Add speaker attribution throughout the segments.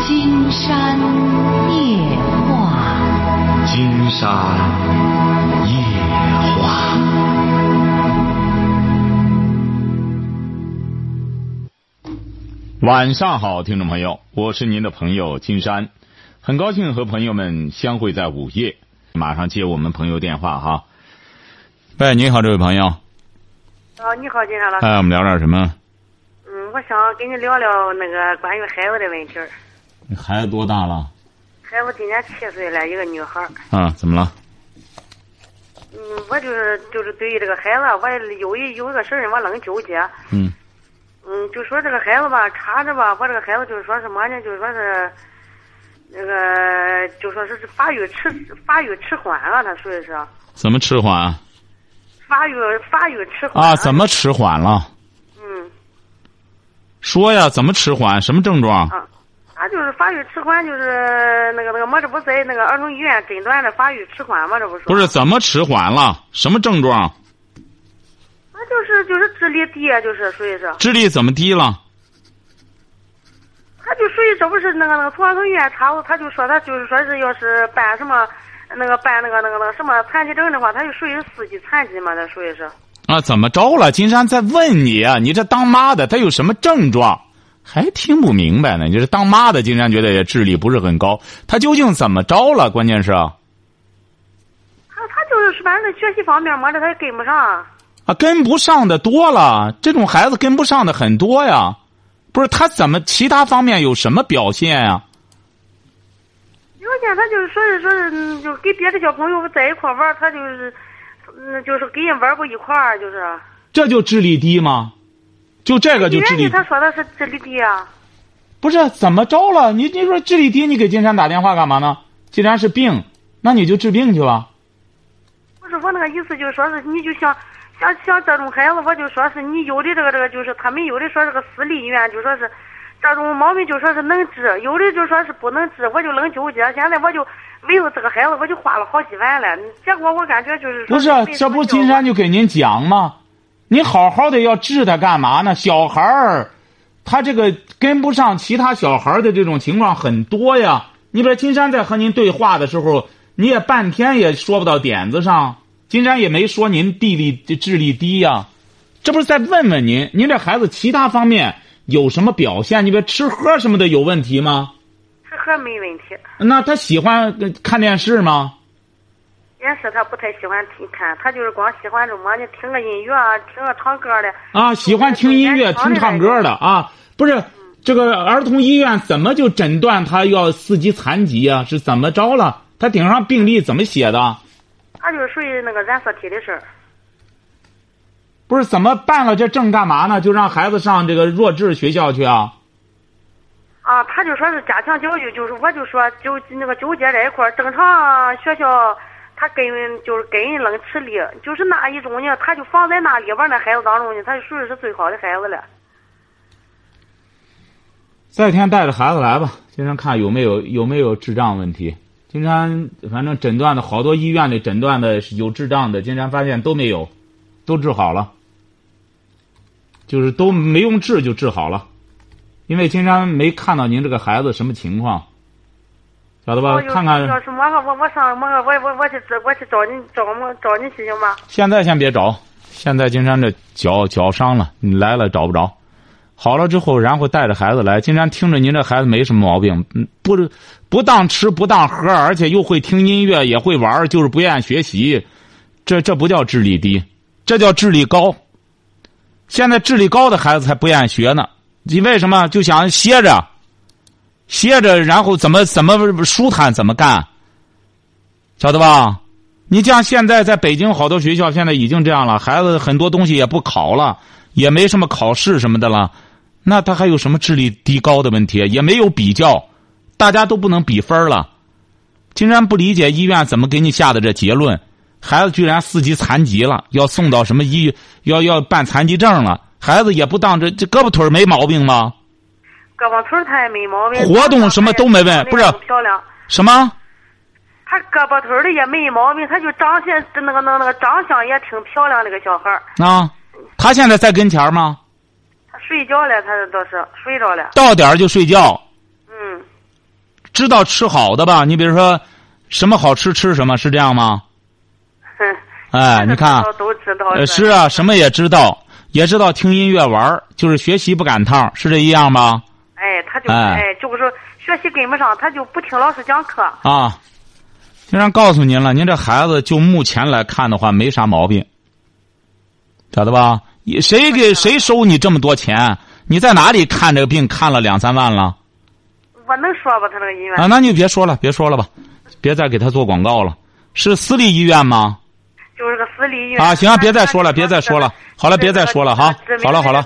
Speaker 1: 金山夜话，
Speaker 2: 金山夜话。晚上好，听众朋友，我是您的朋友金山，很高兴和朋友们相会在午夜。马上接我们朋友电话哈。喂，你好，这位朋友，
Speaker 3: 啊，你好，金山老师。
Speaker 2: 哎，我们聊点什么？
Speaker 3: 嗯，我想跟你聊聊那个关于孩子的问题儿。
Speaker 2: 你孩子多大了？
Speaker 3: 孩子今年七岁了，一个女孩儿。
Speaker 2: 啊，怎么了？
Speaker 3: 嗯，我就是就是对于这个孩子，啊我有一有一个事儿，我愣纠结。
Speaker 2: 嗯
Speaker 3: 嗯，就说这个孩子吧，查着吧，我这个孩子就是说什么呢？就是说是，那个就说是发育迟发育迟缓了，他属于是啊
Speaker 2: 怎么迟缓啊？
Speaker 3: 发育发育迟缓了
Speaker 2: 啊，怎？么迟缓了？
Speaker 3: 嗯
Speaker 2: 说呀，怎么迟缓？什么症状？
Speaker 3: 啊，他就是发育迟缓，就是那个那个，我这不在那个儿童医院诊断的发育迟缓嘛，这不是？
Speaker 2: 不是怎么迟缓了？什么症状？
Speaker 3: 那就是就是智力低啊，就是属于是，
Speaker 2: 智力怎么低了？
Speaker 3: 他就属于这不是那个那个从儿童医院查，他就说他就是说是要是办什么那个办那个那个那个什么残疾证的话，他就属于四级残疾嘛，那属于是。
Speaker 2: 啊，怎么着了？金山在问你啊，你这当妈的他有什么症状？还听不明白呢？你这当妈的，金山觉得也智力不是很高，他究竟怎么着了？关键是啊，
Speaker 3: 他他就是反正学习方面嘛，这他也跟不上。
Speaker 2: 啊跟不上的多了，这种孩子跟不上的很多呀。不是他怎么其他方面有什么表现呀、
Speaker 3: 有些他就是说是说是嗯就跟别的小朋友在一块玩，他就是，嗯，就是跟人玩不一块儿，就是。
Speaker 2: 这就智力低吗？就这个就智
Speaker 3: 原
Speaker 2: 力
Speaker 3: 因他说他是智力低啊，
Speaker 2: 不是怎么着了？你你说智力低，你给金山打电话干嘛呢？既然是病，那你就治病去吧。
Speaker 3: 不是我那个意思，就是说是你就像像像这种孩子，我就说是你有的这个这个就是他们有的说是个私立医院，就说是这种毛病就说是能治，有的就说是不能治，我就愣纠结。现在我就为了这个孩子，我就花了好几万了，结果我感觉就是说
Speaker 2: 不是，啊这不金山
Speaker 3: 就
Speaker 2: 就给您讲吗？你好好的要治他干嘛呢？小孩儿，他这个跟不上其他小孩儿的这种情况很多呀。你比如金山在和您对话的时候，你也半天也说不到点子上，金山也没说您地力智力低呀，这不是在问问您，您这孩子其他方面有什么表现？你别吃喝什么的有问题吗？
Speaker 3: 吃喝没问题，
Speaker 2: 那他喜欢呃看电视吗？
Speaker 3: 也是他不太喜欢听看，他就是光喜欢什么呢？听个音乐啊，听个唱歌的。
Speaker 2: 啊，喜欢听音乐、听唱歌的啊，不是这个儿童医院怎么就诊断他要四级残疾啊？是怎么着了？他顶上病历怎么写的？
Speaker 3: 他就是属于那个染色体的事儿。
Speaker 2: 不是怎么办了这证干嘛呢？就让孩子上这个弱智学校去啊？
Speaker 3: 啊，他就说是加强教育，就是我就说纠那个纠结在一块儿。正常学校，他跟就是跟人冷吃力，就是那一种呢，他就放在那里边儿那孩子当中呢，他就属于是最好的孩子了。
Speaker 2: 再天带着孩子来吧，金山看有没有有没有智障问题。金山反正诊断的好多医院里诊断的是有智障的，金山发现都没有，都治好了，就是都没用治就治好了，因为金山没看到您这个孩子什么情况，晓得吧
Speaker 3: 哦我？有
Speaker 2: 呃看
Speaker 3: 要
Speaker 2: 看
Speaker 3: 是我我我上我我我我去我去找你找我找你去行吗？
Speaker 2: 现在先别找，现在金山这脚脚伤了，你来了找不着。好了之后，然后带着孩子来。金山听着您这孩子没什么毛病，嗯不是不当吃不当喝，而且又会听音乐，也会玩儿，就是不愿意学习，这这不叫智力低，这叫智力高。现在智力高的孩子才不愿意学呢，你为什么就想歇着，歇着，然后怎么怎么舒坦怎么干，晓得吧？你像现在在北京好多学校现在已经这样了，孩子很多东西也不考了，也没什么考试什么的了，那他还有什么智力低高的问题？啊也没有比较，大家都不能比分了。竟然不理解医院怎么给你下的这结论，孩子居然四级残疾了，要送到什么医，要要办残疾证了，孩子也不当这这胳膊腿儿没毛病吗？
Speaker 3: 胳膊腿儿他也没毛病，
Speaker 2: 活动什么都没问不是
Speaker 3: 漂亮。
Speaker 2: 什么？
Speaker 3: 他胳膊腿儿的也没毛病，他就长相那个那个那个长相也挺漂亮，那个小孩儿。
Speaker 2: 啊，他现在在跟前儿吗？
Speaker 3: 他睡觉了，他倒是睡着了。
Speaker 2: 到点儿就睡觉，
Speaker 3: 嗯，
Speaker 2: 知道吃好的吧？你比如说，什么好吃吃什么，是这样吗？
Speaker 3: 哼
Speaker 2: 哎，
Speaker 3: 这 个
Speaker 2: 你 看，
Speaker 3: 都知道
Speaker 2: 呃，
Speaker 3: 的
Speaker 2: 是啊，什么也知道，也知道听音乐玩儿就是学习不赶趟儿是这一样吧？
Speaker 3: 哎，他就
Speaker 2: 哎
Speaker 3: 哎，就是学习跟不上，他就不听老师讲课。
Speaker 2: 啊，经常告诉您了，您这孩子就目前来看的话，没啥毛病，晓得吧？也谁给谁收你这么多钱？你在哪里看这个病看了两三万了？
Speaker 3: 我能说吧？他那个医院
Speaker 2: 啊，那你就别说了，别说了吧，别再给他做广告了。是私立医院吗？
Speaker 3: 就是个私立医院。
Speaker 2: 啊，行啊，别再说了，别再说了。好了，别再说了哈。好了好了，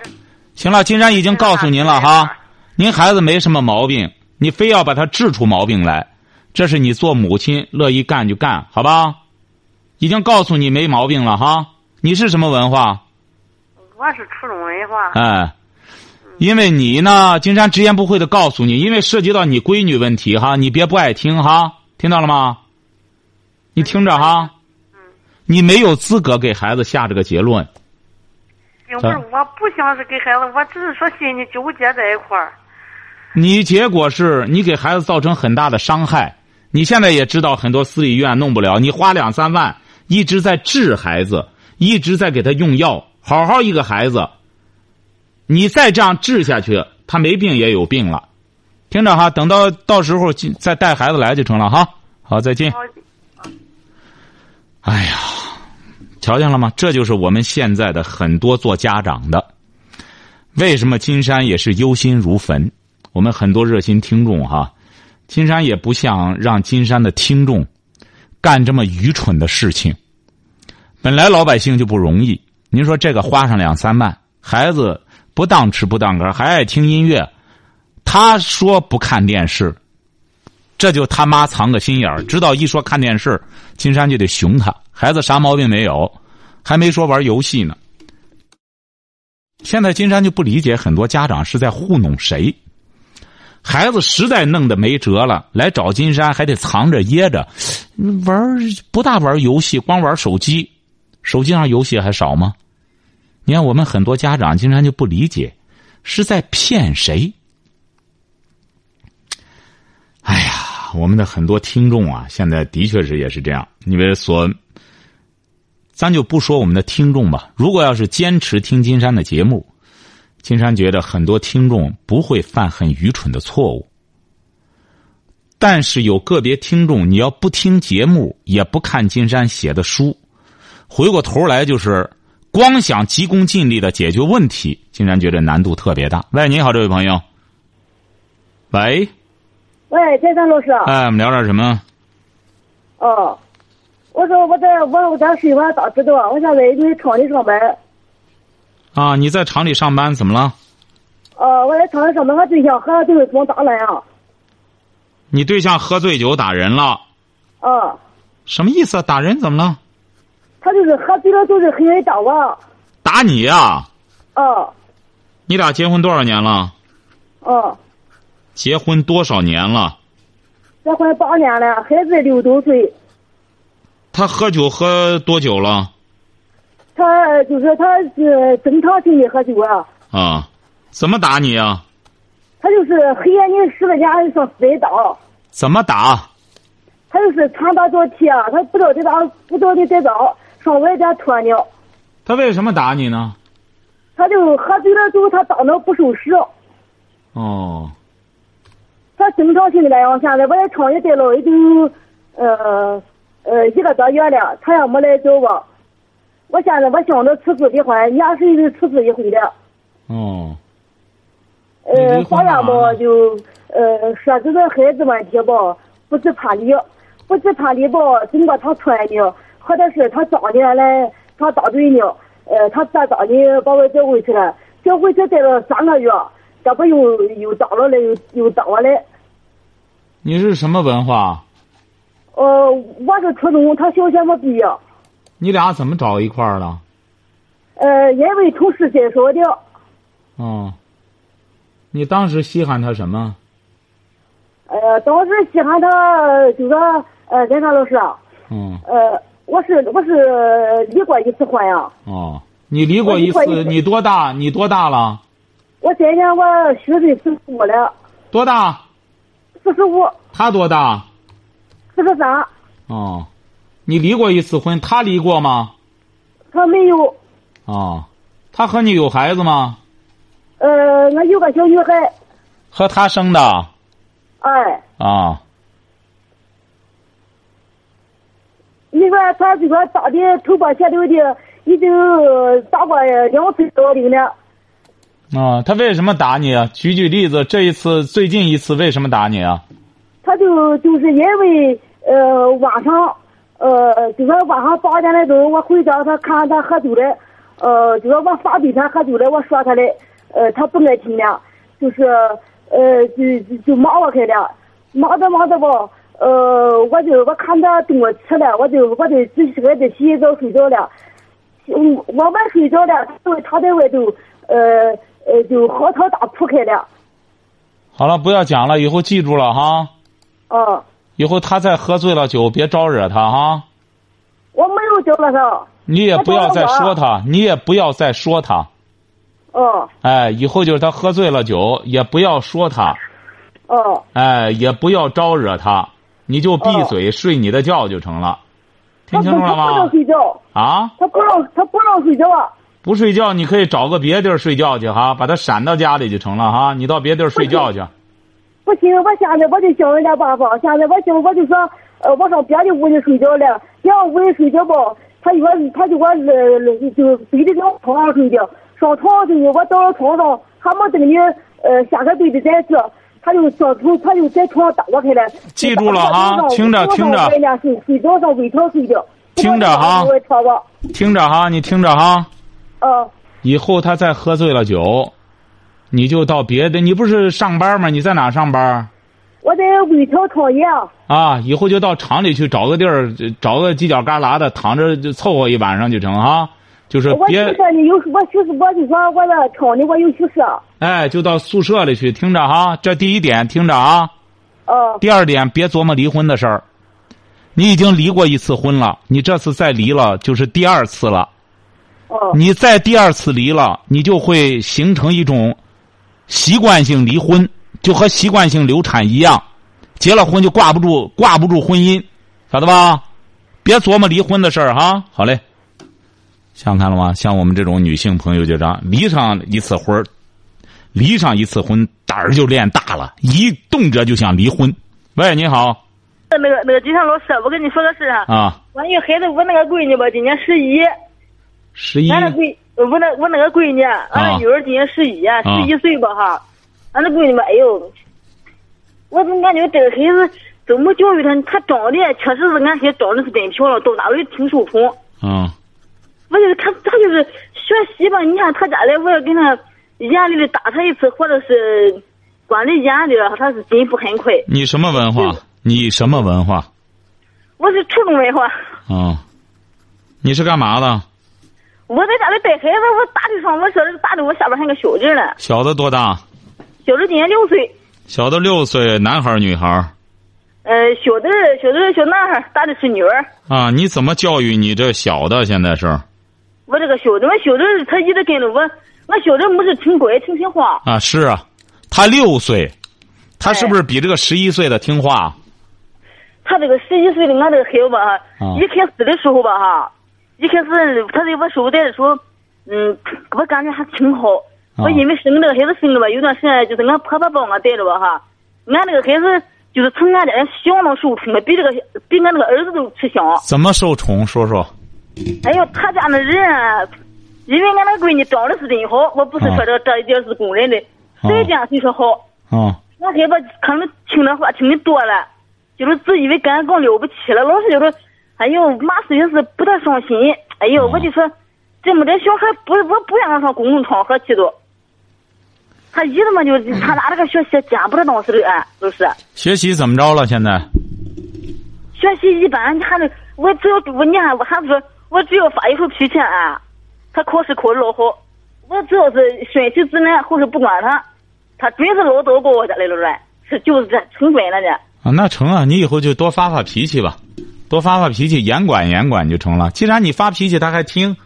Speaker 2: 行了，金山已经告诉您了
Speaker 3: 哎
Speaker 2: 哈。您孩子没什么毛病，你非要把他治出毛病来，这是你做母亲乐意干就干，好吧？已经告诉你没毛病了哈。你是什么文化？
Speaker 3: 我是初中文化。
Speaker 2: 哎，因为你呢，金山直言不讳的告诉你，因为涉及到你闺女问题哈，你别不爱听哈，听到了吗？你听着哈，你没有资格给孩子下这个结论。
Speaker 3: 并不是我不想是给孩子，我只是说心里纠结在一块儿。
Speaker 2: 你结果是你给孩子造成很大的伤害。你现在也知道很多私立医院弄不了，你花两三万一直在治孩子，一直在给他用药，好好一个孩子，你再这样治下去，他没病也有病了。听着哈，等到到时候进再带孩子来就成了哈。好，再见。
Speaker 3: 好
Speaker 2: 哎呀，瞧见了吗？这就是我们现在的很多做家长的，为什么金山也是忧心如焚？我们很多热心听众哈，金山也不想让金山的听众干这么愚蠢的事情。本来老百姓就不容易，您说这个花上两三万，孩子不当吃不当喝，还爱听音乐，他说不看电视，这就他妈藏个心眼儿，知道一说看电视，金山就得熊他。孩子啥毛病没有，还没说玩游戏呢。现在金山就不理解，很多家长是在糊弄谁。孩子实在弄得没辙了，来找金山还得藏着掖着，玩儿不大玩游戏，光玩手机，手机上游戏还少吗？你看我们很多家长，金山就不理解，是在骗谁？我们的很多听众啊，现在的确是也是这样，因为所，咱就不说我们的听众吧。如果要是坚持听金山的节目，金山觉得很多听众不会犯很愚蠢的错误。但是有个别听众，你要不听节目，也不看金山写的书，回过头来就是光想急功近利的解决问题，金山觉得难度特别大。喂，你好，这位朋友。喂，
Speaker 4: 喂，再张老师，啊
Speaker 2: 哎，我们聊点什么？
Speaker 4: 哦，我说我在我我家水管打不断，啊我现在在厂里上班，
Speaker 2: 啊，你在厂里上班怎么了？
Speaker 4: 呃，我在厂里上班，我对象和对方打了呀，
Speaker 2: 你对象喝醉酒打人了，
Speaker 4: 啊，
Speaker 2: 什么意思啊？打人怎么了？
Speaker 4: 他就是喝醉了，就是很爱打我，
Speaker 2: 打你呀、
Speaker 4: 啊，
Speaker 2: 你俩结婚多少年了？
Speaker 4: 啊，
Speaker 2: 结婚多少年了？
Speaker 4: 结婚八年了，孩子六周岁，
Speaker 2: 他喝酒喝多久了？
Speaker 4: 他就是他是正常性的喝酒啊，
Speaker 2: 啊，怎么打你啊？
Speaker 4: 他就是黑眼睛十来年上死打，
Speaker 2: 怎么打？
Speaker 4: 他就是拳打脚踢啊，他不知道得打，不知道得再打，上外边拖呢，
Speaker 2: 他为什么打你呢？
Speaker 4: 他就喝醉了之后，他打闹不守时。
Speaker 2: 哦，
Speaker 4: 他经常性的来往，现在我在厂里待了也就呃呃一个多月了，他也没来找我。我现在我想着辞职离婚，人家是是辞职一回的，
Speaker 2: 哦，你
Speaker 4: 呃
Speaker 2: 离，婚
Speaker 4: 法院
Speaker 2: 了啊
Speaker 4: 吧就呃说这个孩子问题吧，不知判离，不知判离吧，经过他传的，或者是他丈的来他大队呢，呃，他大丈的把我叫回去了，叫回去待了三个月，这不又又找了来又又找我来。
Speaker 2: 你是什么文化？
Speaker 4: 呃，我是初中，他小学没毕业。
Speaker 2: 你俩怎么找一块儿了？
Speaker 4: 呃，因为同事介绍的，
Speaker 2: 哦，你当时稀罕他什么？
Speaker 4: 呃，当时稀罕他就说，呃，人家老师啊，
Speaker 2: 嗯，
Speaker 4: 呃，我是我是离过一次婚呀，
Speaker 2: 哦，你离过
Speaker 4: 我
Speaker 2: 一
Speaker 4: 离过一
Speaker 2: 次，
Speaker 4: 次
Speaker 2: 你多大？你多大了？
Speaker 4: 我今年我虚岁四十五了，
Speaker 2: 多大？
Speaker 4: 四十五，
Speaker 2: 他多大？
Speaker 4: 四十三，
Speaker 2: 哦，你离过一次婚，他离过吗？
Speaker 4: 他没有，
Speaker 2: 哦，他和你有孩子吗？
Speaker 4: 呃，我有个小女孩，
Speaker 2: 和他生的啊、
Speaker 4: 哎，你说他这个打的头破血流的，已经打过两次幺幺零了。
Speaker 2: 啊，他为什么打你啊？举举例子，这一次最近一次为什么打你啊？
Speaker 4: 他就就是因为呃晚上，呃就说晚上八点来钟我回家，他看他喝酒了，呃就说我反对他喝酒了，我说他嘞，呃他不爱听了，就是呃就就就骂我开了，骂着骂着吧，呃我就我看他中午吃了，我就我就只是个的洗澡睡觉了，嗯我晚睡觉了，他在他在外头呃呃就嚎啕大哭开了，
Speaker 2: 好了，不要讲了，以后记住了哈。
Speaker 4: 啊、
Speaker 2: 以后他再喝醉了酒，别招惹他哈。
Speaker 4: 我没有叫了他，
Speaker 2: 你也
Speaker 4: 他
Speaker 2: 不要
Speaker 4: 招惹
Speaker 2: 再
Speaker 4: 我
Speaker 2: 说他，你也不要再说他。
Speaker 4: 哦
Speaker 2: 哎，以后就是他喝醉了酒，也不要说他，
Speaker 4: 哦
Speaker 2: 哎，也不要招惹他，你就闭
Speaker 4: 哦
Speaker 2: 嘴、睡你的觉就成了。听清
Speaker 4: 他不
Speaker 2: 楚了
Speaker 4: 他不
Speaker 2: 吗
Speaker 4: 能？睡觉，
Speaker 2: 啊，
Speaker 4: 他不让他不让睡觉啊，
Speaker 2: 不睡觉你可以找个别地儿睡觉去哈，把他闪到家里就成了哈。你到别地儿睡觉去，
Speaker 4: 不行，我现在我就想了点办法，现在我想我就说，呃，我上别的屋里睡觉了，别的屋里睡觉吧，他就说他就我呃就非得上床上睡觉，上床上睡觉，我到了床上还没等你呃下个对的再这。他就上头，他就在床上打我开了。
Speaker 2: 记住了哈
Speaker 4: 打我
Speaker 2: 听着
Speaker 4: 我
Speaker 2: 听着
Speaker 4: 上外面睡睡着上围床睡觉。
Speaker 2: 听着哈
Speaker 4: 我床吧，
Speaker 2: 听着哈，你听着哈。
Speaker 4: 嗯，
Speaker 2: 以后他再喝醉了酒，你就到别的，你不是上班吗？你在哪上班？
Speaker 4: 我在围床创业。
Speaker 2: 啊，以后就到厂里去找个地儿，找个犄角旮旯的躺着就凑合一晚上就成哈。就是
Speaker 4: 我
Speaker 2: 别
Speaker 4: 宿舍里有，我宿舍我就说我那厂里我有宿舍，
Speaker 2: 哎，就到宿舍里去听着哈。这第一点听着啊，
Speaker 4: 哦、
Speaker 2: 第二点别琢磨离婚的事儿。你已经离过一次婚了，你这次再离了就是第二次了。
Speaker 4: 哦、
Speaker 2: 你再第二次离了，你就会形成一种习惯性离婚，就和习惯性流产一样，结了婚就挂不住，挂不住婚姻，晓得吧？别琢磨离婚的事儿哈。好嘞，想看了吗？像我们这种女性朋友就这样，离上一次婚儿，离上一次婚，胆儿就练大了，一动辄就想离婚。喂，你好
Speaker 3: 那个那个金山老师，我跟你说个事啊，
Speaker 2: 啊，
Speaker 3: 我那个孩子，我那个闺女吧，今年十一，
Speaker 2: 十一
Speaker 3: 俺那闺，我那我那个闺女，俺那女儿今年十一，十一岁吧哈，俺那闺女吧，哎呦，我怎么感觉这个孩子怎么教育他？他长得确实是俺孩子长得是真漂亮，到哪里挺受宠。
Speaker 2: 嗯
Speaker 3: 我就是他，他就是学习吧。你看他家里，我要跟他严厉的打他一次，或者是管的严点儿，他是进步很快。
Speaker 2: 你什么文化？你什么文化？
Speaker 3: 我是初中文化，
Speaker 2: 哦，你是干嘛的？
Speaker 3: 我在家里带孩子，我打的上，我小的打的我下边还有个小人呢，
Speaker 2: 小的多大？
Speaker 3: 小的今年六岁，
Speaker 2: 小的六岁，男孩儿女孩儿
Speaker 3: 呃，小的小的小男孩打的是女儿。
Speaker 2: 啊？你怎么教育你这小的？现在是
Speaker 3: 我这个小的，我小的他一直跟着我，我小的没事挺乖，挺听话。
Speaker 2: 啊，是啊，他六岁，他
Speaker 3: 哎
Speaker 2: 是不是比这个十一岁的听话？
Speaker 3: 他这个十一岁的俺这个孩子吧，
Speaker 2: 啊
Speaker 3: 一开始的时候吧哈，一开始他在我手带的时候，嗯，我感觉还挺好。
Speaker 2: 啊
Speaker 3: 我因为生这个孩子生的吧，有段时间就是俺婆婆帮我带着吧哈，俺这个孩子就是从俺家人相当受宠的，比这个比俺那个儿子都吃香。
Speaker 2: 怎么受宠？说说
Speaker 3: 哎呦，他家那人啊，因为俺那闺女长得是真好，我不是说这这一点是公认的，谁讲谁说好。
Speaker 2: 啊
Speaker 3: 那孩子可能听的话听的多了，就是自以为干更了不起了，老是就是，哎呦，嘛事情是不太上心。哎呦，
Speaker 2: 嗯
Speaker 3: 我就说，这么点小孩不，我不愿让上公共场合去都。他一他妈就他拿这个学习简不是当时的俺，就是
Speaker 2: 学习怎么着了？现在
Speaker 3: 学习一般，你还得我只要我你看我还说我只要发一口脾气俺、他考试考的老好，我只要是顺其自然，后事不管他，他准是老早给我家来了乱，是就是这成本了呢。
Speaker 2: 啊，那成啊，你以后就多发发脾气吧，多发发脾气，严管严管就成了。既然你发脾气他还听，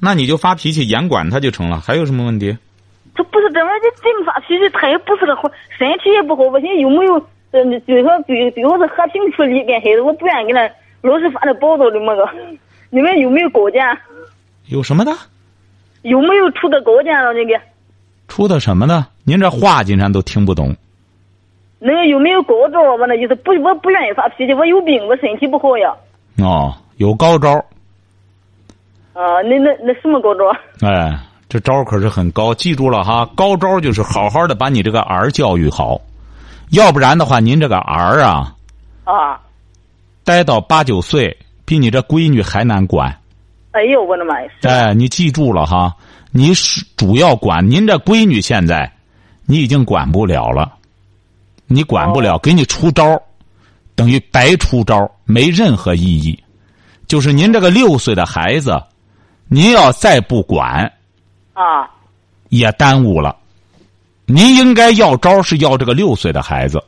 Speaker 2: 那你就发脾气严管他就成了。还有什么问题？
Speaker 3: 他不是这玩意儿，这这么发脾气，他也不是个好，身体也不好。我寻思有没有
Speaker 4: 呃，比如说比比如是和平处理一遍孩子，我不愿意给他老是反正暴躁的么个。 你们有没有稿件？
Speaker 2: 有什么的？
Speaker 4: 有没有出的稿件了？那个，
Speaker 2: 出的什么的？您这话金山都听不懂。
Speaker 4: 那个有没啊有高招？我那意思不，我不愿意发脾气，我有病，我身体不好呀。
Speaker 2: 哦，有高招，
Speaker 4: 啊，那那那什么高招？
Speaker 2: 哎，这招可是很高，记住了哈。高招就是好好的把你这个儿教育好，要不然的话，您这个儿啊，
Speaker 4: 啊，
Speaker 2: 待到八九岁，比你这闺女还难管。
Speaker 4: 哎呦，我的妈呀！是
Speaker 2: 哎，你记住了哈，你是主要管您这闺女，现在你已经管不了了，你管不了，给你出招儿等于白出招儿没任何意义。就是您这个六岁的孩子，您要再不管，
Speaker 4: 啊，
Speaker 2: 也耽误了。您应该要招是要这个六岁的孩子，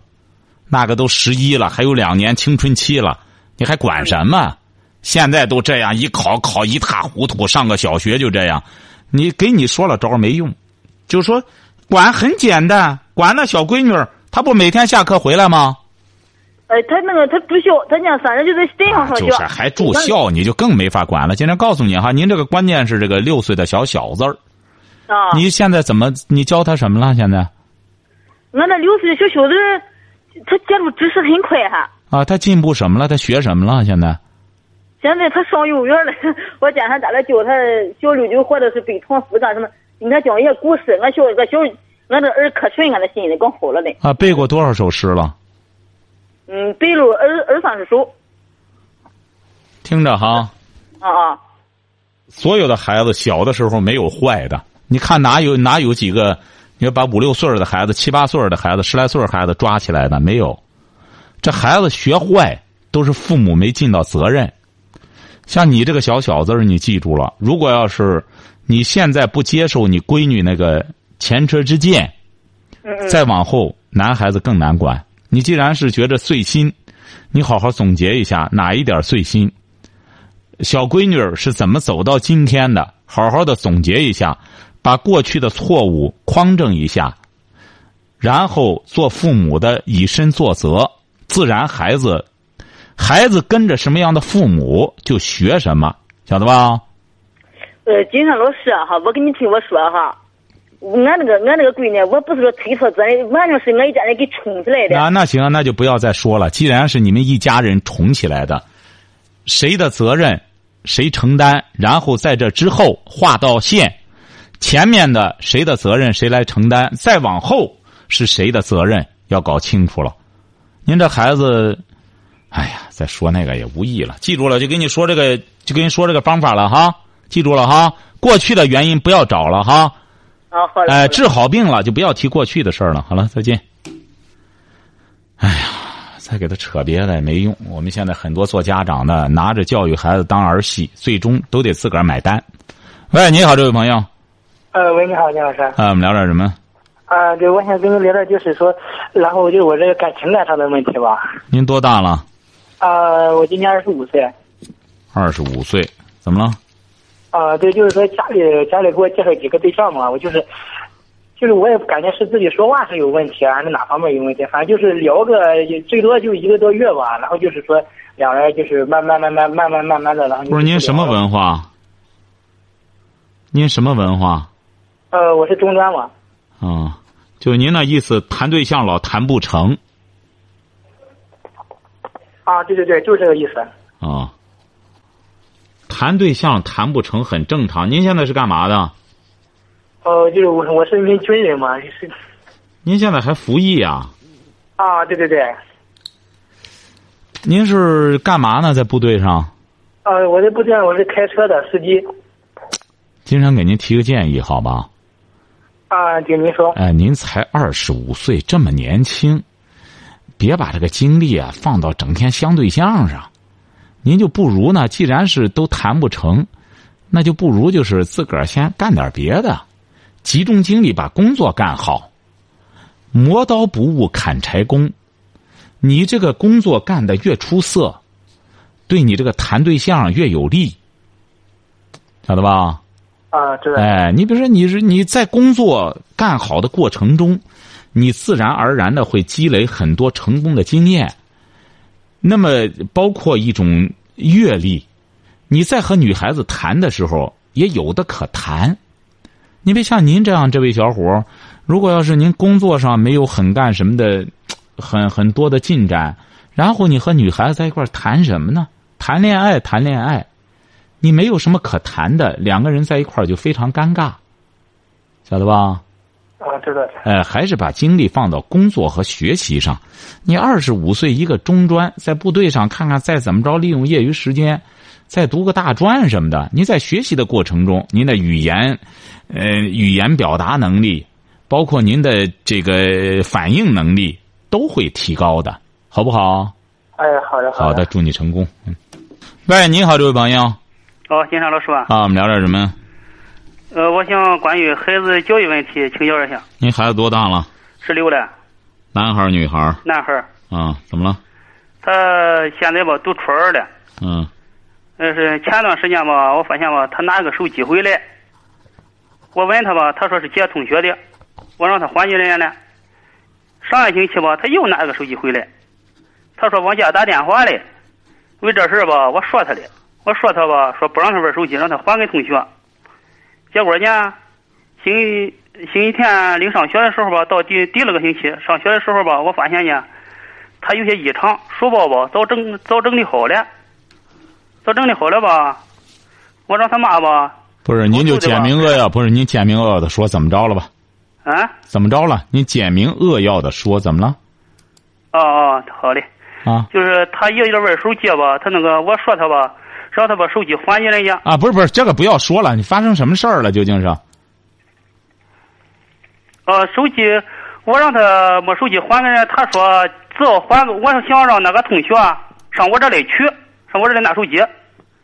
Speaker 2: 那个都十一了，还有两年青春期了，你还管什么？现在都这样，一考考一塌糊涂，上个小学就这样，你给你说了招没用，就说管很简单，管那小闺女儿她不每天下课回来吗？
Speaker 4: 哎，他那个他住校，他家反哎正就在镇上上学
Speaker 2: 啊就是，还住校，你就更没法管了。今天告诉你哈，您这个关键是这个六岁的小小子儿，
Speaker 4: 啊。
Speaker 2: 你现在怎么你教他什么了？现在
Speaker 4: 俺那六岁的小小子，他接触知识很快哈。
Speaker 2: 啊，他进步什么了？他学什么了？现在
Speaker 4: 现在他上幼儿园了， 我今天在那教他小六九或者是背唐诗干什么？你看讲一些古诗，俺小俺小俺这儿可顺，俺这心里更好了嘞。
Speaker 2: 啊，背过多少首诗了？
Speaker 4: 嗯，背了二二三十首，
Speaker 2: 听着哈，
Speaker 4: 啊啊，
Speaker 2: 所有的孩子小的时候没有坏的，你看哪有哪有几个？你说把五六岁儿的孩子、七八岁儿的孩子、十来岁儿孩子抓起来的没有？这孩子学坏都是父母没尽到责任。像你这个小小子儿，你记住了，如果要是你现在不接受你闺女那个前车之鉴，
Speaker 4: 嗯嗯，
Speaker 2: 再往后，男孩子更难管。你既然是觉着碎心，你好好总结一下哪一点碎心。小闺女儿是怎么走到今天的？好好的总结一下，把过去的错误匡正一下，然后做父母的以身作则，自然孩子，孩子跟着什么样的父母就学什么，晓得吧？
Speaker 4: 呃，金山老师啊哈，我跟你听我说哈，俺那个俺那个闺女，我不是说推脱责任，完全是俺一家人给宠起来的。
Speaker 2: 那那行啊，那就不要再说了。既然是你们一家人宠起来的，谁的责任谁承担，然后在这之后划到线，前面的谁的责任谁来承担，再往后是谁的责任要搞清楚了。您这孩子，哎呀，再说那个也无益了。记住了，就跟你说这个，就跟你说这个方法了哈。记住了哈，过去的原因不要找了哈。
Speaker 4: 啊，好嘞。
Speaker 2: 哎，治好病了就不要提过去的事儿了。好了，再见。哎呀，再给他扯别的也没用。我们现在很多做家长的拿着教育孩子当儿戏，最终都得自个儿买单。喂，你好，这位朋友，啊、
Speaker 5: 呃，喂，你好，金老师。
Speaker 2: 我们聊点什么？
Speaker 5: 啊、对，我想跟您聊聊，就是说，然后就是我这个感情观上的问题吧。
Speaker 2: 您多大了？
Speaker 5: 啊、我今年二十五岁。
Speaker 2: 二十五岁，怎么了？
Speaker 5: 啊、对，就是说家里家里给我介绍几个对象嘛，我就是，就是我也感觉是自己说话是有问题啊，还是哪方面有问题，反正就是聊个也最多就一个多月吧，然后就是说两人就是慢慢慢慢慢慢慢慢的，然后就
Speaker 2: 不是您什么
Speaker 5: 聊了？
Speaker 2: 文化？您什么文化？
Speaker 5: 呃，我是中专嘛。
Speaker 2: 啊、就您那意思，谈对象老谈不成
Speaker 5: 啊，对对对，就是这个意思。
Speaker 2: 啊、谈对象谈不成很正常。您现在是干嘛的？
Speaker 5: 呃，就是我我是一名军人嘛，是
Speaker 2: 您现在还服役啊？
Speaker 5: 啊，对对对。
Speaker 2: 您是干嘛呢？在部队上，
Speaker 5: 呃，我这部队我是开车的司机
Speaker 2: 经常给您提个建议，好吧？
Speaker 5: 啊，请您说
Speaker 2: 哎，您才二十五岁，这么年轻，别把这个精力啊放到整天相对象上。您就不如呢，既然是都谈不成，那就不如就是自个儿先干点别的，集中精力把工作干好。磨刀不误砍柴工，你这个工作干得越出色，对你这个谈对象越有利，晓得吧？
Speaker 5: 啊，知道。
Speaker 2: 哎，你比如说，你是你在工作干好的过程中，你自然而然的会积累很多成功的经验。那么，包括一种阅历，你在和女孩子谈的时候，也有的可谈。你别像您这样，这位小伙如果要是您工作上没有很干什么的，很很多的进展，然后你和女孩子在一块谈什么呢？谈恋爱，谈恋爱，你没有什么可谈的，两个人在一块就非常尴尬，晓得吧？
Speaker 5: 啊，知道。
Speaker 2: 呃，还是把精力放到工作和学习上。你二十五岁一个中专，在部队上看看再怎么着利用业余时间，再读个大专什么的。您在学习的过程中，您的语言，呃，语言表达能力，包括您的这个反应能力，都会提高的，好不好？
Speaker 5: 哎，好的，
Speaker 2: 好
Speaker 5: 的，
Speaker 2: 祝你成功。嗯，喂，你好，这位朋友
Speaker 6: 哦，金山老师吧，
Speaker 2: 啊，我们聊点什么？
Speaker 6: 呃，我想关于孩子教育问题请教一下。
Speaker 2: 您孩子多大了？
Speaker 6: 十六了，
Speaker 2: 男孩儿女孩儿
Speaker 6: 男孩儿，
Speaker 2: 啊？怎么了？
Speaker 6: 他现在吧读初二了。
Speaker 2: 嗯，
Speaker 6: 呃，是前段时间吧，我发现吧，他拿个手机回来，我问他吧，他说是借同学的，我让他还给人家了。上一星期吧，他又拿个手机回来，他说往家打电话嘞，为这事儿吧，我说他了，我说他吧，说不让他玩手机，让他还给同学。结果呢，星期星期天临上学的时候吧，到第第二个星期上学的时候吧，我发现呢，他有些异常，书包吧早整早整理好了。都整理好了吧？我让他妈吧，
Speaker 2: 不是，您就简明扼要，不是您简明扼要的说怎么着了吧？
Speaker 6: 啊，
Speaker 2: 怎么着了？您简明扼要的说怎么了？
Speaker 6: 哦哦，好嘞，
Speaker 2: 啊
Speaker 6: 就是他爷爷玩手机吧，他那个我说他吧，让他把手机还给人家，
Speaker 2: 啊，不是不是，这个不要说了，你发生什么事儿了？究竟是？
Speaker 6: 呃，手机我让他把手机还给人家，他说只要还，我想让那个同学啊上我这里去，上我这里拿手机，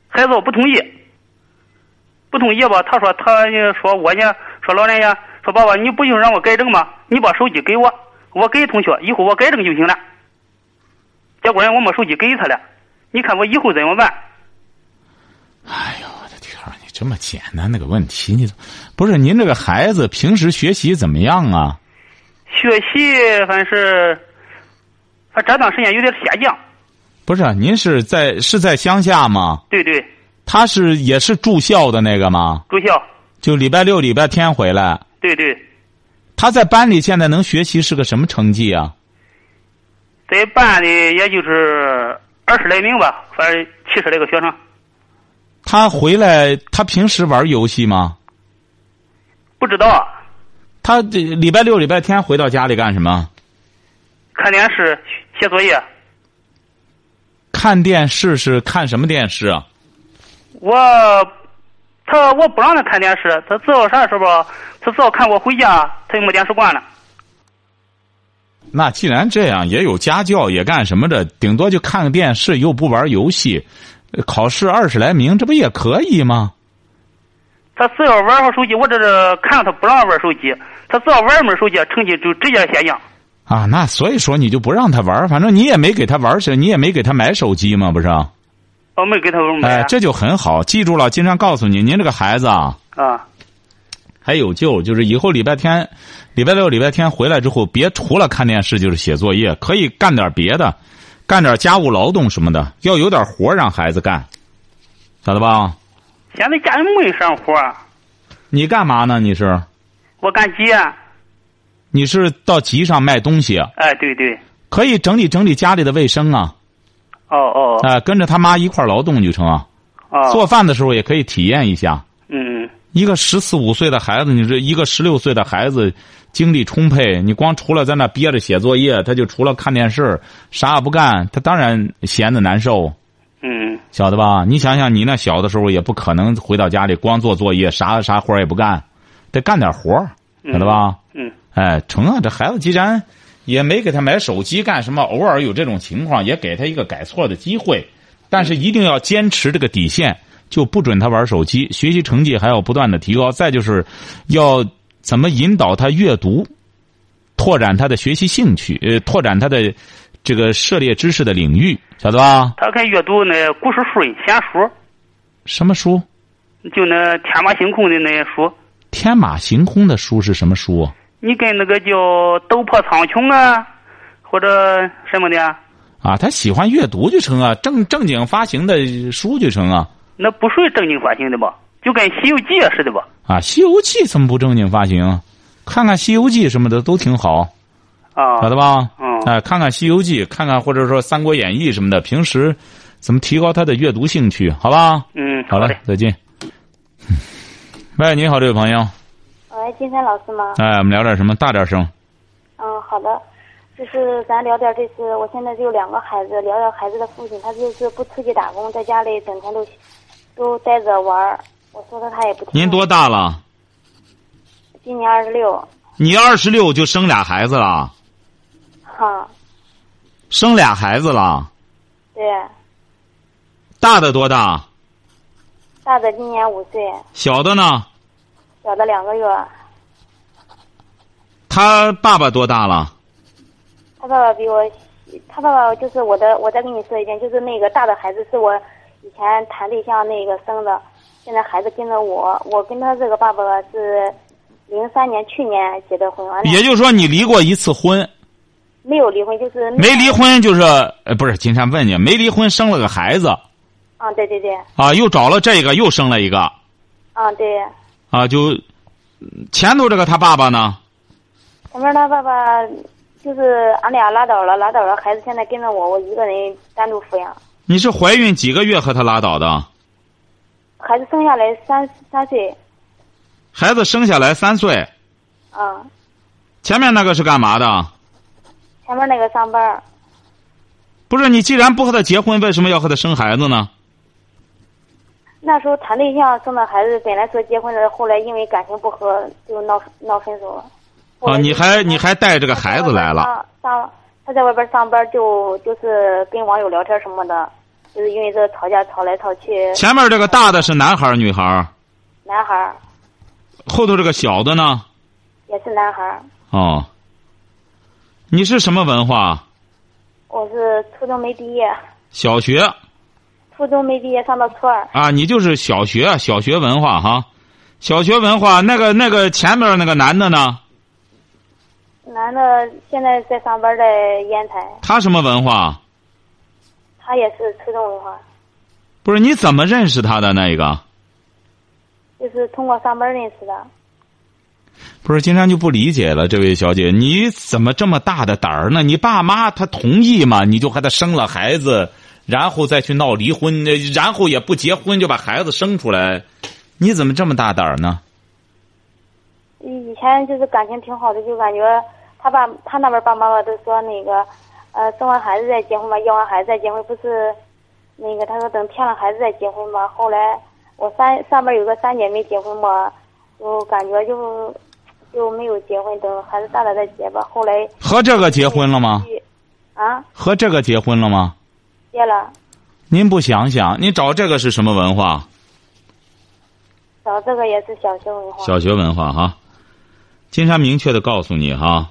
Speaker 6: 孩子我不同意，不同意吧？他说他呃说我呢，说老人家说爸爸你不就是让我改正吗？你把手机给我，我给同学，以后我改正就行了。结果人我没手机给他了，你看我以后怎么办？
Speaker 2: 哎呦，我的天儿！你这么简单那个问题，你怎么不是您这个孩子平时学习怎么样啊？
Speaker 6: 学习反正是，反正这段时间有点下降，
Speaker 2: 不是，您是在是在乡下吗？
Speaker 6: 对对，
Speaker 2: 他是也是住校的那个吗？
Speaker 6: 住校，
Speaker 2: 就礼拜六、礼拜天回来。
Speaker 6: 对对。
Speaker 2: 他在班里现在能学习是个什么成绩啊？
Speaker 6: 在班里也就是二十来名吧，反正七十来个学生。
Speaker 2: 他回来，他平时玩游戏吗？
Speaker 6: 不知道啊
Speaker 2: 他这礼拜六、礼拜天回到家里干什么？
Speaker 6: 看电视、写作业，
Speaker 2: 看电视是看什么电视啊？
Speaker 6: 我他我不让他看电视，他只要啥时候吧，他只要看我回家，他就没电视关了。
Speaker 2: 那既然这样，也有家教，也干什么的，顶多就看个电视，又不玩游戏，呃考试二十来名，这不也可以吗？
Speaker 6: 他只要玩会儿手机，我这是看他不让玩手机，他只要玩门手机，成绩就直接下降。
Speaker 2: 啊，那所以说你就不让他玩，反正你也没给他玩去，你也没给他买手机嘛，不是？
Speaker 6: 我没给他买、
Speaker 2: 哎，这就很好，记住了，经常告诉你，您这个孩子啊，
Speaker 6: 啊，
Speaker 2: 还有救，就是以后礼拜天、礼拜六、礼拜天回来之后，别除了看电视就是写作业，可以干点别的，干点家务劳动什么的，要有点活让孩子干，晓得吧？
Speaker 6: 现在家里没啥活儿，
Speaker 2: 你干嘛呢？你是
Speaker 6: 我干急。
Speaker 2: 你是到集上卖东西，
Speaker 6: 哎，对对，
Speaker 2: 可以整理整理家里的卫生啊，
Speaker 6: 哦哦
Speaker 2: 啊、跟着他妈一块儿劳动就成啊。
Speaker 6: 哦，
Speaker 2: 做饭的时候也可以体验一下。
Speaker 6: 嗯，
Speaker 2: 一个十四五岁的孩子，你这一个十六岁的孩子，精力充沛，你光除了在那憋着写作业，他就除了看电视，啥也不干，他当然闲得难受，
Speaker 6: 嗯
Speaker 2: 晓得吧？你想想，你那小的时候也不可能回到家里光做作业，啥啥活儿也不干，得干点活儿，
Speaker 6: 嗯
Speaker 2: 晓得吧？
Speaker 6: 嗯
Speaker 2: 哎，成啊！这孩子既然也没给他买手机干什么，偶尔有这种情况，也给他一个改错的机会，但是一定要坚持这个底线，就不准他玩手机。学习成绩还要不断的提高，再就是要怎么引导他阅读，拓展他的学习兴趣，呃，拓展他的这个涉猎知识的领域，晓得吧？
Speaker 6: 他看阅读那古诗书、闲书，
Speaker 2: 什么书？
Speaker 6: 就那天马行空的那些书，
Speaker 2: 天马行空的书是什么书啊？
Speaker 6: 你跟那个叫斗破苍穹啊，或者什么的啊，
Speaker 2: 啊，他喜欢阅读就成啊，正正经发行的书就成啊。
Speaker 6: 那不属于正经发行的吧？就跟《西游记》似的吧？
Speaker 2: 啊，《西游记》怎么不正经发行？看看《西游记》什么的都挺好，
Speaker 6: 啊，
Speaker 2: 晓得吧？
Speaker 6: 嗯
Speaker 2: 哎、看看《西游记》，看看或者说《三国演义》什么的，平时怎么提高他的阅读兴趣？好吧？
Speaker 6: 嗯，
Speaker 2: 好
Speaker 6: 好
Speaker 2: 了
Speaker 6: 嘞，，
Speaker 2: 再见。 喂，你好，这位朋友。
Speaker 7: 喂，金山老师吗？
Speaker 2: 哎，我们聊点什么？大点声。啊
Speaker 7: 嗯，好的，就是咱聊点这次，我现在就两个孩子，聊聊孩子的父亲，他就是不出去打工，在家里整天都都待着玩儿。我说他他也不听。
Speaker 2: 您多？大了？
Speaker 7: 今年二十六。
Speaker 2: 你二十六就生俩孩子了，
Speaker 7: 哈，
Speaker 2: 生俩孩子了。
Speaker 7: 对，
Speaker 2: 大的多大？
Speaker 7: 大的今年五岁，
Speaker 2: 小的呢？
Speaker 7: 小的两个月。
Speaker 2: 他爸爸多大了？
Speaker 7: 他爸爸比我，他爸爸就是我的，我再跟你说一遍，就是那个大的孩子是我以前谈对象那个生的，现在孩子跟着我，我跟他这个爸爸是零三年去年结的婚，完了
Speaker 2: 也就是说，你离过一次婚，
Speaker 7: 没有离婚，就是
Speaker 2: 没离婚就是呃，不是金山问你，没离婚生了个孩子
Speaker 7: 啊，对对对，
Speaker 2: 啊，又找了这个，又生了一个
Speaker 7: 啊对，
Speaker 2: 啊，就前头这个他爸爸呢，
Speaker 7: 前面他爸爸就是俺俩拉倒了，拉倒了，孩子现在跟着我，我一个人单独抚养，
Speaker 2: 你是怀孕几个月和他拉倒的？
Speaker 7: 孩子生下来三三岁，
Speaker 2: 孩子生下来三岁，
Speaker 7: 啊，
Speaker 2: 前面那个是干嘛的？
Speaker 7: 前面那个上班儿，
Speaker 2: 不是你既然不和他结婚，为什么要和他生孩子呢？啊
Speaker 7: 那时候谈对象生的孩子，本来说结婚的，后来因为感情不和就闹闹分手了。后
Speaker 2: 啊，
Speaker 7: 来就
Speaker 2: 你还你还带着个孩子来了，
Speaker 7: 上啊上他在外边上班就就是跟网友聊天什么的，就是因为这吵架吵来吵去。
Speaker 2: 前面这个大的是男孩儿女孩儿，
Speaker 7: 男孩儿
Speaker 2: 后头这个小的呢？
Speaker 7: 也是男孩儿，
Speaker 2: 哦，你是什么文化？
Speaker 7: 我是初中没毕业，
Speaker 2: 小学
Speaker 7: 初中没毕业上到初二。
Speaker 2: 啊，你就是小学啊小学文化哈，小学文化那个那个前面那个男的呢，
Speaker 7: 男的现在在上班在烟台，
Speaker 2: 他什么文化？
Speaker 7: 他也是初中文化，
Speaker 2: 不是你怎么认识他的那个？
Speaker 7: 就是通过上班认识的。
Speaker 2: 不是，金山就不理解了，这位小姐，你怎么这么大的胆儿呢？你爸妈他同意吗？你就和他生了孩子，然后再去闹离婚，呃然后也不结婚就把孩子生出来，你怎么这么大胆儿呢？
Speaker 7: 以前就是感情挺好的，就感觉他爸他那边爸妈妈都说那个，呃，生完孩子再结婚吧，要完孩子再结婚不是，那个他说等骗了孩子再结婚吧。后来我三上边有个三姐没结婚嘛，就感觉就就没有结婚，等孩子大了再结吧。后来
Speaker 2: 和这个结婚了吗？
Speaker 7: 啊，
Speaker 2: 和这个结婚了吗？
Speaker 7: 结了，
Speaker 2: 您不想想，您找这个是什么文化？
Speaker 7: 找这个也是小学文化，
Speaker 2: 小学文化哈。金山明确的告诉你哈，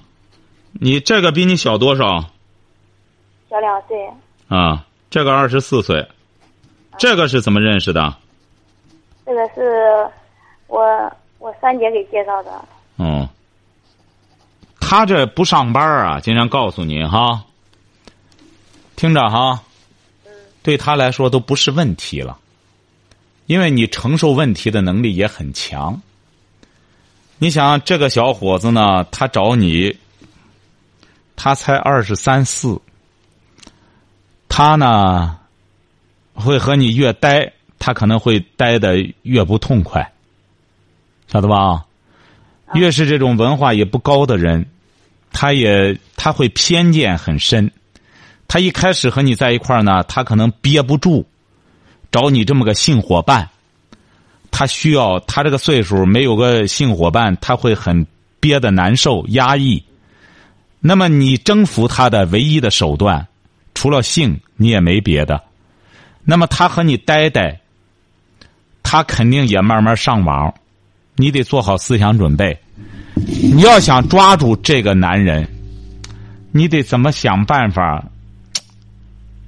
Speaker 2: 你这个比你小多少
Speaker 7: 小两岁，
Speaker 2: 啊？这个二十四岁，这个是怎么认识的？
Speaker 7: 这个是我我三姐给介绍的，
Speaker 2: 哦，他这不上班啊，金山告诉你哈，听着哈，对他来说都不是问题了，因为你承受问题的能力也很强。你想这个小伙子呢，他找你，他才二十三四，他呢会和你越待，他可能会待的越不痛快，晓得吧？啊越是这种文化也不高的人，他也他会偏见很深。他一开始和你在一块儿呢，他可能憋不住，找你这么个性伙伴。他需要他这个岁数没有个性伙伴，他会很憋得难受、压抑。那么你征服他的唯一的手段，除了性，你也没别的。那么他和你待待，他肯定也慢慢上网。你得做好思想准备。你要想抓住这个男人，你得怎么想办法？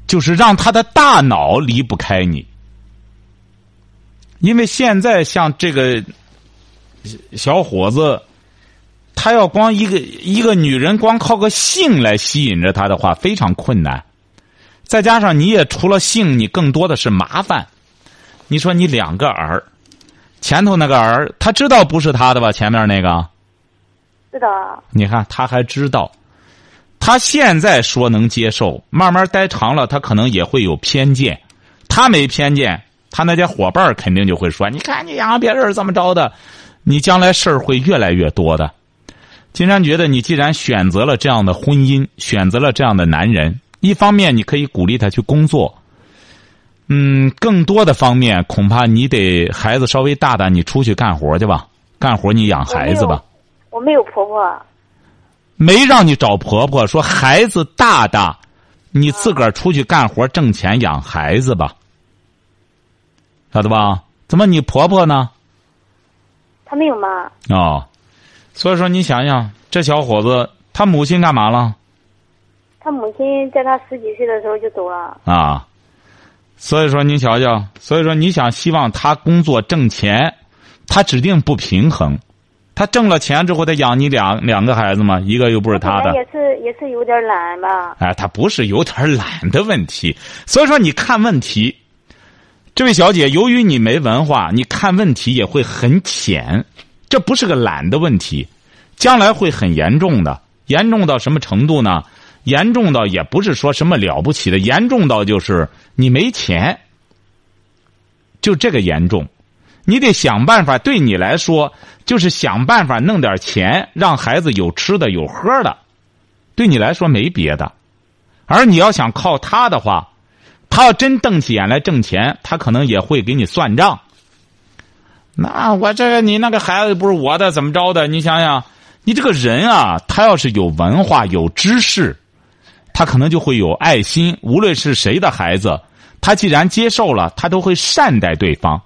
Speaker 2: 就是让他的大脑离不开你，因为现在像这个小伙子，他要光一个一个女人光靠个性来吸引着他的话，非常困难。再加上你也除了性，你更多的是麻烦。你说你两个儿，前头那个儿，他知道不是他的吧？前面那个，
Speaker 7: 知道啊，
Speaker 2: 你看他还知道。他现在说能接受，慢慢待长了，他可能也会有偏见。他没偏见，他那些伙伴儿肯定就会说：“你看你养别人怎么着的，你将来事儿会越来越多的。”金山觉得，你既然选择了这样的婚姻，选择了这样的男人，一方面你可以鼓励他去工作，嗯，更多的方面恐怕你得孩子稍微大大，你出去干活去吧，干活你养孩子吧。
Speaker 7: 我没有婆婆，
Speaker 2: 没让你找婆婆，说孩子大大，你自个儿出去干活挣钱养孩子吧，晓得吧？怎么你婆婆呢？
Speaker 7: 她没有妈，
Speaker 2: 哦，所以说你想想，这小伙子他母亲干嘛了
Speaker 7: 她母亲在她十几岁的时候就走了。
Speaker 2: 啊？所以说你瞧瞧，所以说你想希望他工作挣钱，他指定不平衡，他挣了钱之后他养你两两个孩子嘛，一个又不是他
Speaker 7: 她
Speaker 2: 的
Speaker 7: 本来。也是也是有点懒吧，
Speaker 2: 哎，他不是有点懒的问题。所以说，你看问题，这位小姐，由于你没文化，你看问题也会很浅，这不是个懒的问题，将来会很严重的。严重到什么程度呢？严重到也不是说什么了不起的，严重到就是你没钱，就这个严重。你得想办法，对你来说就是想办法弄点钱，让孩子有吃的有喝的。对你来说没别的，而你要想靠他的话，他要真瞪起眼来挣钱，他可能也会给你算账。那我这个你那个孩子不是我的，怎么着的？你想想，你这个人啊，他要是有文化、有知识，他可能就会有爱心。无论是谁的孩子，他既然接受了，他都会善待对方。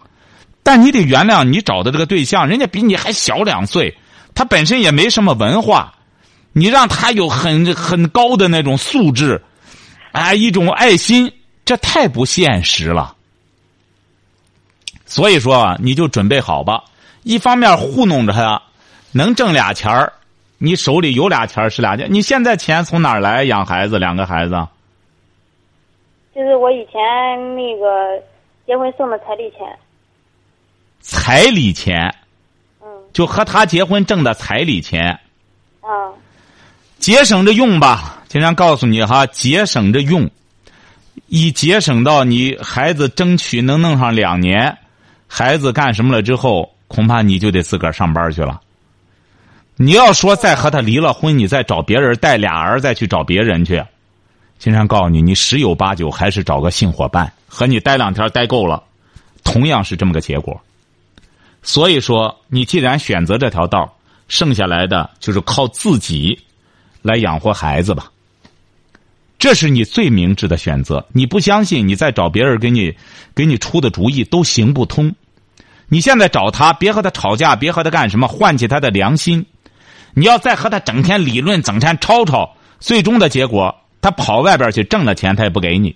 Speaker 2: 但你得原谅你找的这个对象，人家比你还小两岁，他本身也没什么文化。你让他有很很高的那种素质，啊，一种爱心，这太不现实了。所以说啊，你就准备好吧。一方面糊弄着他，能挣俩钱儿，你手里有俩钱儿是俩钱儿。你现在钱从哪儿来养孩子？两个孩子啊
Speaker 7: 就是我以前那个结婚送的彩礼钱，
Speaker 2: 彩礼钱，
Speaker 7: 嗯
Speaker 2: 就和他结婚挣的彩礼钱，
Speaker 7: 啊，
Speaker 2: 节省着用吧。经常告诉你哈，节省着用，以节省到你孩子争取能弄上两年，孩子干什么了之后，恐怕你就得自个儿上班去了。你要说再和他离了婚，你再找别人带俩儿再去找别人去，经常告诉你，你十有八九还是找个性伙伴，和你待两天待够了，同样是这么个结果。所以说，你既然选择这条道儿，剩下来的就是靠自己来养活孩子吧。这是你最明智的选择。你不相信，你再找别人给你给你出的主意都行不通。你现在找他，别和他吵架，别和他干什么，唤起他的良心。你要再和他整天理论，整天吵吵，最终的结果，他跑外边去挣了钱，他也不给你，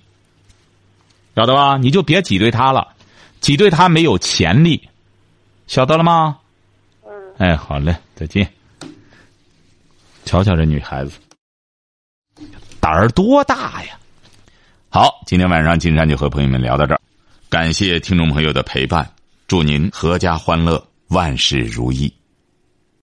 Speaker 2: 晓得吧？你就别挤兑他了，挤兑他没有潜力，晓得了吗？
Speaker 7: 嗯，
Speaker 2: 哎，好嘞，再见。瞧瞧这女孩子，胆儿多大呀！好，今天晚上金山就和朋友们聊到这儿，感谢听众朋友的陪伴，祝您阖家欢乐，万事如意。